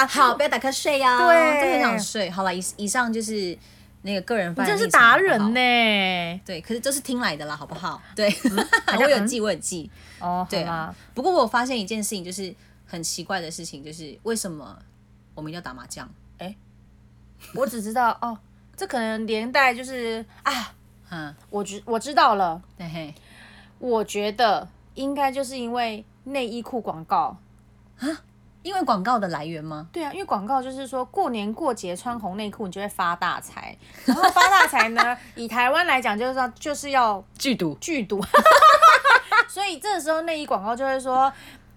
Speaker 3: 好，不要打瞌睡呀、
Speaker 1: 对
Speaker 3: 真的很想睡。好了，以以上就是那个个人
Speaker 1: 你
Speaker 3: 犯，
Speaker 1: 真是达人呢、
Speaker 3: 呢、对，可是都是听来的啦，好不好？对，
Speaker 1: 好
Speaker 3: [laughs] 我
Speaker 1: 像
Speaker 3: 有
Speaker 1: 嗯
Speaker 3: 记，我有记。
Speaker 1: 哦，
Speaker 3: 对
Speaker 1: 好
Speaker 3: 啊
Speaker 1: 啦，，
Speaker 3: 不过我有发现一件事情，就是很奇怪的事情，就是为什么我们一定要打麻将？
Speaker 1: 我只知道哦，这可能连带就是啊，
Speaker 3: 嗯，
Speaker 1: 我知我知道了，
Speaker 3: 对嘿，
Speaker 1: 我觉得应该就是因为内衣裤广告。
Speaker 3: 因为广告的来源吗？
Speaker 1: 对啊，因为广告就是说过年过节穿红内裤，你就会发大财。然后发大财
Speaker 3: [laughs]
Speaker 1: 呢，以台湾来讲，就是说就是要
Speaker 3: 剧毒。
Speaker 1: 剧毒， [laughs] 所以这时候内衣广告就会说。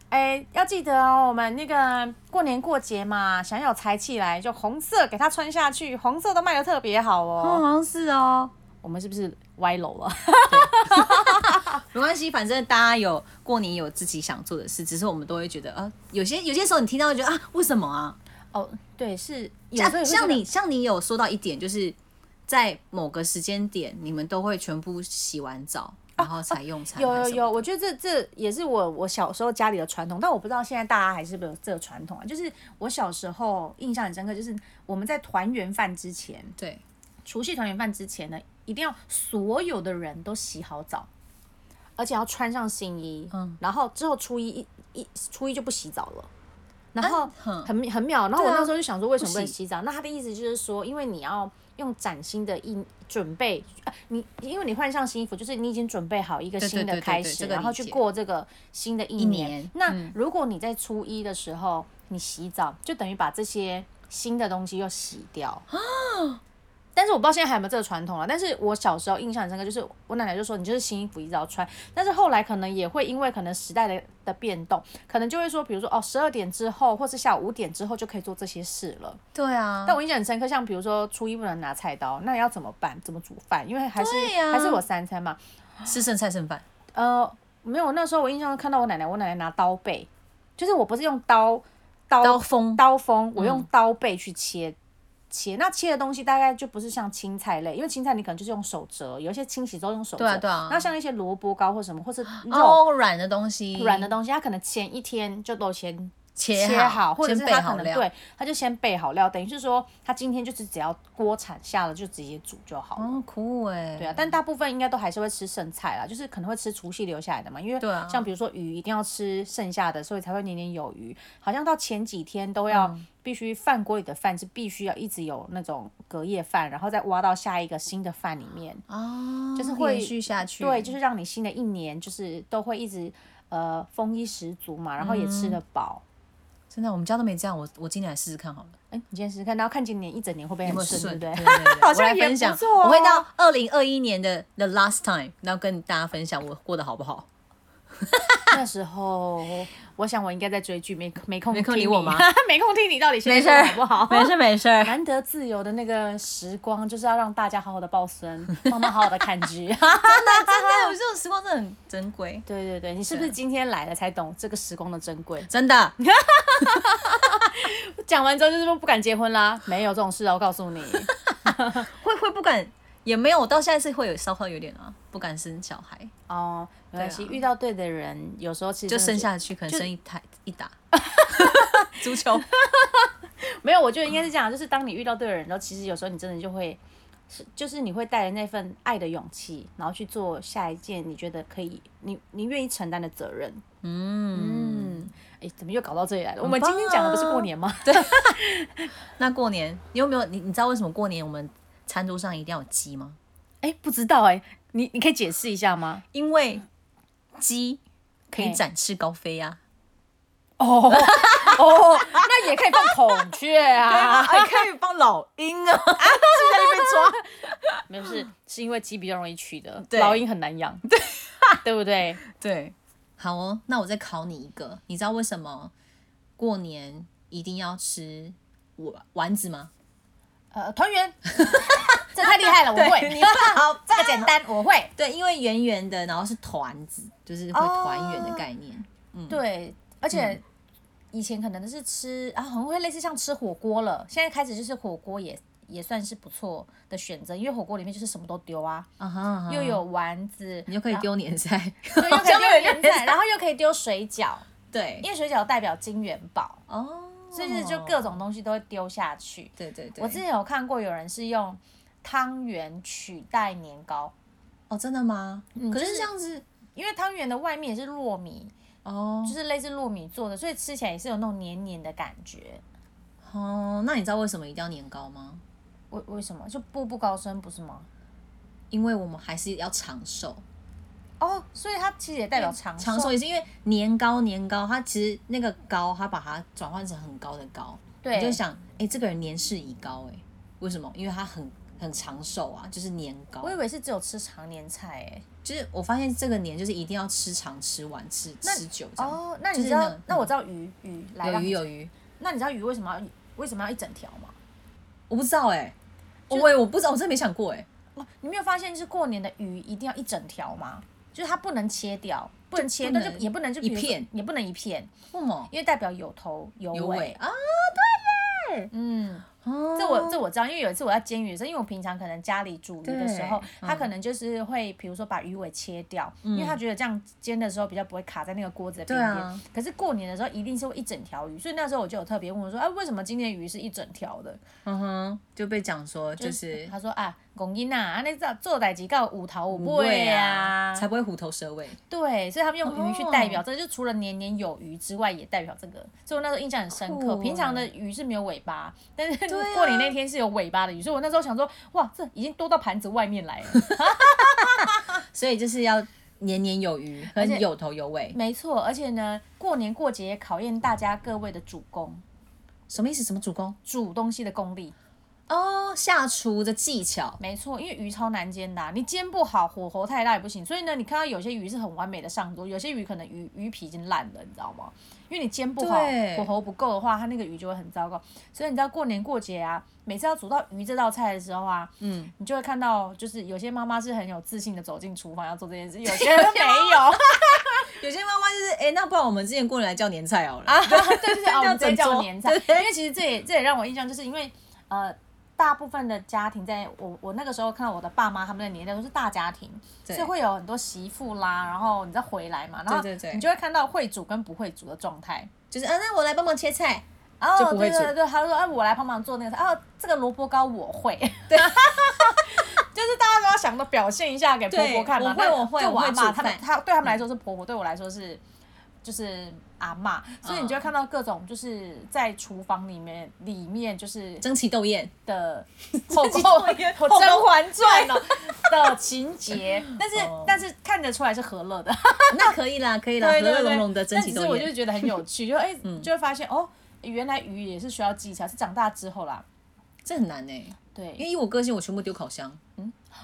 Speaker 1: 哎、要记得哦，我们那个过年过节嘛，想要有财气来，就红色给它穿下去，红色都卖的特别好哦。
Speaker 3: 像是哦，
Speaker 1: 我们是不是歪楼了？
Speaker 3: 没关系，反正大家有过年有自己想做的事，只是我们都会觉得啊，有些有些时候你听到会觉得啊，为什么啊？
Speaker 1: 哦，对，是有时候也会
Speaker 3: 像像
Speaker 1: 觉得
Speaker 3: 你像你有说到一点，就是在某个时间点，你们都会全部洗完澡，然后才用餐、
Speaker 1: 哦有有有，
Speaker 3: 有，
Speaker 1: 我觉得这这也是我我小时候家里的传统，但我不知道现在大家还是不是有这个传统啊。就是我小时候印象很深刻，就是我们在团圆饭之前，
Speaker 3: 对，
Speaker 1: 除夕团圆饭之前呢，一定要所有的人都洗好澡，而且要穿上新衣，
Speaker 3: 嗯
Speaker 1: 然后之后初一一一初一就不洗澡了。然后
Speaker 3: 嗯
Speaker 1: 很、很妙，然后我
Speaker 3: 对啊
Speaker 1: 那时候就想说，为什么不能
Speaker 3: 不洗
Speaker 1: 洗澡？那他的意思就是说，因为你要用崭新的衣准备，啊、你因为你换上新衣服，就是你已经准备好一个
Speaker 3: 对对
Speaker 1: 新
Speaker 3: 对对
Speaker 1: 的开
Speaker 3: 对
Speaker 1: 始，
Speaker 3: 这个
Speaker 1: 然后
Speaker 3: 理
Speaker 1: 去
Speaker 3: 解
Speaker 1: 过这个新的一
Speaker 3: 一
Speaker 1: 年。
Speaker 3: 年嗯
Speaker 1: 那如果你在初一的时候你洗澡，就等于把这些新的东西又洗掉。
Speaker 3: 啊
Speaker 1: 但是我不知道现在还有没有这个传统了。但是我小时候印象很深刻，就是我奶奶就说你就是新衣服一直要穿。但是后来可能也会因为可能时代的的变动，可能就会说，比如说哦，十二点之后或是下午五点之后就可以做这些事了。
Speaker 3: 对啊，
Speaker 1: 但我印象很深刻，像比如说初一不能拿菜刀，那要怎么办？怎么煮饭？因为还是、
Speaker 3: 对呀
Speaker 1: 还是我三餐嘛。
Speaker 3: 吃剩菜剩饭，
Speaker 1: 呃，没有，那时候我印象中看到我奶奶，我奶奶拿刀背，就是我不是用刀刀
Speaker 3: 刀锋嗯
Speaker 1: 刀锋，我用刀背去切。切那切的东西大概就不是像青菜类，因为青菜你可能就是用手折，有一些清洗之后用手折。
Speaker 3: 对啊对啊
Speaker 1: 那像一些萝卜糕或什么，或是肉
Speaker 3: 哦，软的东西，
Speaker 1: 软的东西，它可能前一天就都先
Speaker 3: 切
Speaker 1: 切好，或者是
Speaker 3: 先备
Speaker 1: 他可
Speaker 3: 好
Speaker 1: 能
Speaker 3: 料，
Speaker 1: 对，他就先备好料，等于是说他今天就是只要锅铲下了就直接煮就好了。
Speaker 3: 哦，酷哎、
Speaker 1: 对啊，但大部分应该都还是会吃剩菜啦，就是可能会吃除夕留下来的嘛，因为
Speaker 3: 对啊
Speaker 1: 像比如说鱼一定要吃剩下的，所以才会年年有余。好像到前几天都要
Speaker 3: 嗯
Speaker 1: 必须饭锅里的饭是必须要一直有那种隔夜饭，然后再挖到下一个新的饭里面。
Speaker 3: 哦，
Speaker 1: 就是会
Speaker 3: 延续下去，
Speaker 1: 对，就是让你新的一年就是都会一直呃丰衣食足嘛，然后也吃得
Speaker 3: 嗯
Speaker 1: 饱。
Speaker 3: 真的，我们家都没这样，我我今年来试试看好了。
Speaker 1: 哎、你今天试试看，然后看今年一整年会不会
Speaker 3: 有没
Speaker 1: 很
Speaker 3: 有
Speaker 1: 顺，
Speaker 3: 顺？
Speaker 1: 对不
Speaker 3: 对
Speaker 1: 对？
Speaker 3: 对对
Speaker 1: 好像
Speaker 3: 我来
Speaker 1: 也
Speaker 3: 分
Speaker 1: 不
Speaker 3: 享，
Speaker 1: 错
Speaker 3: 我会
Speaker 1: 哦
Speaker 3: 到二零二一年的 the last time，然后跟大家分享我过得好
Speaker 1: [laughs]
Speaker 3: 不好。
Speaker 1: 那时候，我想我应该在追剧，没没空
Speaker 3: 没空
Speaker 1: 听
Speaker 3: 理我吗？
Speaker 1: [laughs] 没空听你到底现
Speaker 3: 没
Speaker 1: 在
Speaker 3: 事
Speaker 1: 过得好不好？
Speaker 3: 没事没事。
Speaker 1: 难得自由的那个时光，就是要让大家好好的抱孙，妈妈好好的看剧。[laughs]
Speaker 3: [laughs] 真的，我这种时光真的很珍贵，
Speaker 1: 对对对，你是不是今天来了才懂这个时光的珍贵？
Speaker 3: 真的。
Speaker 1: 讲完之后就是说不敢结婚啦，没有这种事哦，我告诉你。
Speaker 3: 会会不敢，也没有，我到现在是会有稍稍有点啊，不敢生小孩，
Speaker 1: 哦，没关系，
Speaker 3: 对啊
Speaker 1: 遇到对的人，有时候其实
Speaker 3: 就
Speaker 1: 真的
Speaker 3: 生
Speaker 1: 是
Speaker 3: 下去可能生一台一
Speaker 1: [laughs]
Speaker 3: 打足球。
Speaker 1: 啊没有，我觉得应该是这样，就是当你遇到对的人，然后其实有时候你真的就会是就是你会带着那份爱的勇气，然后去做下一件你觉得可以，你你愿意承担的责任。嗯嗯，哎、怎么又搞到这里来了？我们今天讲的不是
Speaker 3: 啊
Speaker 1: 过年吗？对，
Speaker 3: 那过年你有没有你你知道为什么过年我们餐桌上一定要有鸡吗？
Speaker 1: 哎、不知道哎、你你可以解释一下吗？
Speaker 3: 因为鸡可以
Speaker 1: 嘿
Speaker 3: 展翅高飞啊。
Speaker 1: 哦 [laughs] 哦，那也可以放孔雀啊，
Speaker 3: 还哎可以帮老鹰啊，是在那边抓。
Speaker 1: [laughs] 没有是是因为鸡比较容易取的，
Speaker 3: 对
Speaker 1: 老鹰很难养，对对不对？
Speaker 3: 对，好哦，那我再考你一个，你知道为什么过年一定要吃丸丸子吗？
Speaker 1: 呃，团 [laughs] 圆，这太厉害了，我会，
Speaker 3: [laughs] 对你好棒
Speaker 1: [laughs] 这个简单，我会。
Speaker 3: 对，因为圆圆的，然后是团子，就是会
Speaker 1: 哦
Speaker 3: 团圆的概念。
Speaker 1: 对，而且以前可能是吃啊，很会类似像吃火锅了，现在开始就是火锅也也算是不错的选择，因为火锅里面就是什么都丢啊，
Speaker 3: 啊哈啊哈
Speaker 1: 又有丸子，
Speaker 3: 你就可以丢年菜，
Speaker 1: 对，
Speaker 3: [laughs]
Speaker 1: 又可以
Speaker 3: 好像没
Speaker 1: 丢
Speaker 3: 有人
Speaker 1: 莲
Speaker 3: 在
Speaker 1: 菜，然后又可以丢水饺，
Speaker 3: 对
Speaker 1: 因为水饺代表金元宝，
Speaker 3: 哦，
Speaker 1: 所以就是就各种东西都会丢下去。
Speaker 3: 对对对，
Speaker 1: 我之前有看过有人是用汤圆取代年糕，
Speaker 3: 哦真的吗？
Speaker 1: 就
Speaker 3: 可
Speaker 1: 是是
Speaker 3: 这样子
Speaker 1: 因为汤圆的外面也是糯米，
Speaker 3: 哦
Speaker 1: 就是类似糯米做的，所以吃起来也是有那种黏黏的感觉。
Speaker 3: 哦，那你知道为什么一定要年糕吗？
Speaker 1: 为为什么就步步高升不是吗？
Speaker 3: 因为我们还是要长寿，
Speaker 1: 哦，所以它其实也代表长寿。
Speaker 3: 嗯长寿也是因为年糕，年糕它其实那个高，它把它转换成很高的高，
Speaker 1: 对
Speaker 3: 你就想，哎、这个人年事已高、哎，为什么？因为他很很长寿啊，就是年高
Speaker 1: 我。以为是只有吃常年菜欸诶、
Speaker 3: 就是我发现这个年就是一定要吃长、吃晚、吃吃久这样。
Speaker 1: 哦，那
Speaker 3: 就
Speaker 1: 你
Speaker 3: 是
Speaker 1: 知道？
Speaker 3: 那个
Speaker 1: 那我知道鱼鱼来
Speaker 3: 有
Speaker 1: 了。
Speaker 3: 鱼有鱼，
Speaker 1: 那你知道鱼为什么要为什么要一整条吗？
Speaker 3: 我不知道哎、我我也我不知道，我真的没想过哎、
Speaker 1: 哦，你没有发现就是过年的鱼一定要一整条吗？就是它不能切掉，不能切
Speaker 3: 不
Speaker 1: 断，
Speaker 3: 能
Speaker 1: 就也不能就
Speaker 3: 一
Speaker 1: 比如说
Speaker 3: 片
Speaker 1: 也不能一片，
Speaker 3: 为什么？
Speaker 1: 因为代表有头有
Speaker 3: 有尾啊，
Speaker 1: 嗯，
Speaker 3: 哦
Speaker 1: 这我这我知道，因为有一次我在煎鱼的时候，因为我平常可能家里煮鱼的时候
Speaker 3: 对，嗯
Speaker 1: 他可能就是会比如说把鱼尾切掉，因为他觉得这样煎的时候比较不会卡在那个锅子的边边。
Speaker 3: 对啊
Speaker 1: 可是过年的时候一定是会一整条鱼，所以那时候我就有特别问我说，哎、为什么今天鱼是一整条的？
Speaker 3: 嗯哼，就被讲说就是
Speaker 1: 他说啊，公英啊，啊那这做代几告五头五
Speaker 3: 尾
Speaker 1: 尾
Speaker 3: 啊，
Speaker 1: 啊，
Speaker 3: 才不会虎头蛇尾。
Speaker 1: 对，所以他们用鱼去代表
Speaker 3: 哦
Speaker 1: 这个，就除了年年有余之外，也代表这个。所以我那时候印象很深
Speaker 3: 酷
Speaker 1: 刻。
Speaker 3: 哦
Speaker 1: 平常的鱼是没有尾巴，但是
Speaker 3: 对啊
Speaker 1: 过年那天是有尾巴的鱼，所以我那时候想说，哇，这已经多到盘子外面
Speaker 3: [laughs]
Speaker 1: 来了。
Speaker 3: 所以就是要年年有余，和
Speaker 1: 且
Speaker 3: 有头有尾。
Speaker 1: 没错，而且呢，过年过节也考验大家各位的主攻，
Speaker 3: 什么意思？什么主攻？
Speaker 1: 煮东西的功力。
Speaker 3: 哦，下厨的技巧。
Speaker 1: 没错，因为鱼超难煎的啊、你煎不好，火候太大也不行。所以呢，你看到有些鱼是很完美的上桌，有些鱼可能鱼鱼皮已经烂了，你知道吗？因为你煎不好
Speaker 3: 对，
Speaker 1: 火候不够的话，它那个鱼就会很糟糕。所以你知道过年过节啊，每次要煮到鱼这道菜的时候啊，
Speaker 3: 嗯，
Speaker 1: 你就会看到，就是有些妈妈是很有自信的走进厨房要做这件事，有
Speaker 3: [laughs]
Speaker 1: 些人没有。
Speaker 3: 有些妈妈就是，哎、那不然我们之前过年来叫年菜好了。
Speaker 1: 啊， [laughs] 对对对，
Speaker 3: [laughs]
Speaker 1: 啊，我
Speaker 3: 叫
Speaker 1: 们直接
Speaker 3: 整
Speaker 1: 叫
Speaker 3: 桌
Speaker 1: 年菜，因为其实这也这也让我印象，就是因为呃，大部分的家庭在我我那个时候看到我的爸妈他们的年代都是大家庭，
Speaker 3: 对
Speaker 1: 所以会有很多媳妇啦，然后你再回来嘛，然后
Speaker 3: 对对对
Speaker 1: 你就会看到会煮跟不会煮的状态。
Speaker 3: 就是，啊，那我来帮忙切菜。
Speaker 1: 然后
Speaker 3: 就不会
Speaker 1: 哦对
Speaker 3: 煮
Speaker 1: 对对，他就说：“哎、我来帮忙做那个菜。”哦，这个萝卜糕我会。
Speaker 3: 对，
Speaker 1: [laughs] 就是大家都要想着表现一下给婆婆看嘛。
Speaker 3: 对
Speaker 1: 那
Speaker 3: 我会
Speaker 1: 就
Speaker 3: 我会
Speaker 1: 我阿
Speaker 3: 我会
Speaker 1: 嬷
Speaker 3: 煮
Speaker 1: 他们
Speaker 3: 饭
Speaker 1: 他对他们来说是婆婆，对我来说是就是阿嬷，所以你就会看到各种就是在厨房里面里面就是
Speaker 3: 争奇斗
Speaker 1: [laughs]
Speaker 3: 艳。
Speaker 1: 的后
Speaker 3: 己
Speaker 1: 后
Speaker 3: 做一个
Speaker 1: 后
Speaker 3: 后宫
Speaker 1: 甄嬛传哦的情 [laughs] 节，但是
Speaker 3: 哦
Speaker 1: 但是看得出来是和乐的，
Speaker 3: 那可以啦，可以啦，和
Speaker 1: 对对
Speaker 3: 乐
Speaker 1: 对
Speaker 3: 融融的争
Speaker 1: 但
Speaker 3: 奇
Speaker 1: 只
Speaker 3: 斗
Speaker 1: 是我
Speaker 3: 艳。嗯
Speaker 1: 就觉得很有趣，就哎
Speaker 3: [laughs]
Speaker 1: 就会发现哦，原来鱼也是需要技巧，是长大之后啦。
Speaker 3: 这很难哎、
Speaker 1: 对，
Speaker 3: 因为以我个性，我全部丢烤箱。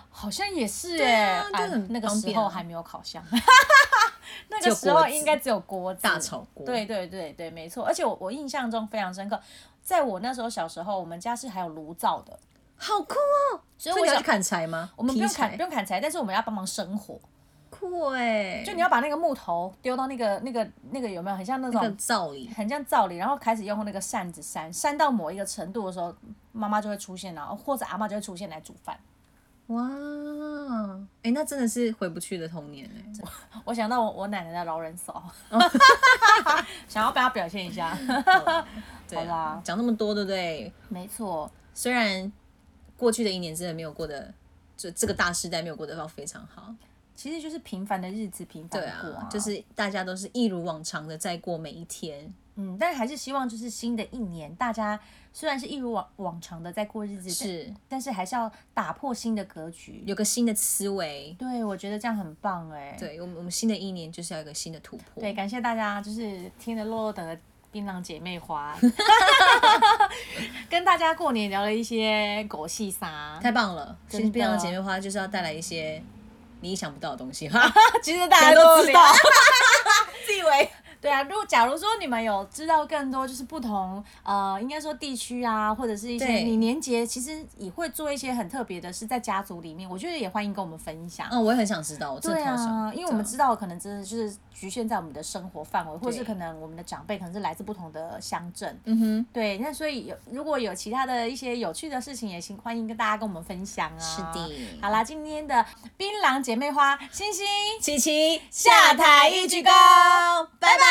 Speaker 1: 好像也是
Speaker 3: 对
Speaker 1: 哎、
Speaker 3: 啊就很
Speaker 1: 那个
Speaker 3: 方
Speaker 1: 时
Speaker 3: 便啊
Speaker 1: 候还没有烤箱，
Speaker 3: [laughs]
Speaker 1: 那
Speaker 3: 只
Speaker 1: 个
Speaker 3: 有
Speaker 1: 时
Speaker 3: 锅
Speaker 1: 候
Speaker 3: 子
Speaker 1: 应该只有锅子
Speaker 3: 大炒锅
Speaker 1: 对对对对，没错。而且我我印象中非常深刻，在我那时候小时候，我们家是还有炉灶的，
Speaker 3: 好酷哦！所以
Speaker 1: 我
Speaker 3: 我要
Speaker 1: 想
Speaker 3: 去砍柴吗？
Speaker 1: 我们不用
Speaker 3: 劈柴
Speaker 1: 砍不用砍柴，但是我们要帮忙生火，
Speaker 3: 酷哎、
Speaker 1: 就你要把那个木头丢到那个那个那个有没有很像那
Speaker 3: 那
Speaker 1: 种。
Speaker 3: 个灶里，
Speaker 1: 很像灶里，然后开始用那个扇子扇，扇到某一个程度的时候，妈妈就会出现，然后或者阿妈就会出现来煮饭。
Speaker 3: 哇，哎、那真的是回不去的童年哎、
Speaker 1: 我想到我我奶奶的老人
Speaker 3: [laughs]
Speaker 1: 手，想要被她表现一下。
Speaker 3: 对啊
Speaker 1: 好啦
Speaker 3: 讲那么多，对不对？
Speaker 1: 没错，
Speaker 3: 虽然过去的一年真的没有过的，就这个大时代没有过得到非常好。
Speaker 1: 其实就是平凡的日子平凡
Speaker 3: 对
Speaker 1: 过、
Speaker 3: 啊，就是大家都是一如往常的在过每一天，
Speaker 1: 嗯，但还是希望就是新的一年，大家虽然是一如往往常的在过日子，
Speaker 3: 是
Speaker 1: 但是还是要打破新的格局。
Speaker 3: 有个新的思维。
Speaker 1: 对，我觉得这样很棒哎、
Speaker 3: 对我们，我们新的一年就是要有一个新的突破。
Speaker 1: 对，感谢大家，就是听了洛洛等的槟榔姐妹 [laughs] 花，跟大家过年聊了一些狗戏 [laughs] 沙，
Speaker 3: 太棒了！其
Speaker 1: 真
Speaker 3: 实
Speaker 1: 的
Speaker 3: 《变样姐妹花》就是要带来一些你意想不到的东
Speaker 1: [laughs]
Speaker 3: 西 [laughs] 哈，
Speaker 1: 其实大家
Speaker 3: 都
Speaker 1: 都
Speaker 3: 知
Speaker 1: 知
Speaker 3: 道
Speaker 1: 道， [laughs] 自以为。对啊，如果假如说你们有知道更多，就是不同呃，应该说地区啊，或者是一些
Speaker 3: 对
Speaker 1: 你年节，其实也会做一些很特别的，是在家族里面，我觉得也欢迎跟我们分享。
Speaker 3: 嗯，我也很想知道，我真的
Speaker 1: 对
Speaker 3: 超
Speaker 1: 啊，
Speaker 3: 想，
Speaker 1: 因为我们
Speaker 3: 对啊
Speaker 1: 知道可能真的就是局限在我们的生活范围，或者是
Speaker 3: 对
Speaker 1: 可能我们的长辈可能是来自不同的乡镇，
Speaker 3: 嗯哼，
Speaker 1: 对，那所以有如果有其他的一些有趣的事情，也请欢迎跟大家跟我们分享啊。
Speaker 3: 是的
Speaker 1: 好啦，今天的槟榔姐妹花星星
Speaker 3: 琪琪
Speaker 1: 下台一鞠躬，
Speaker 3: 拜拜。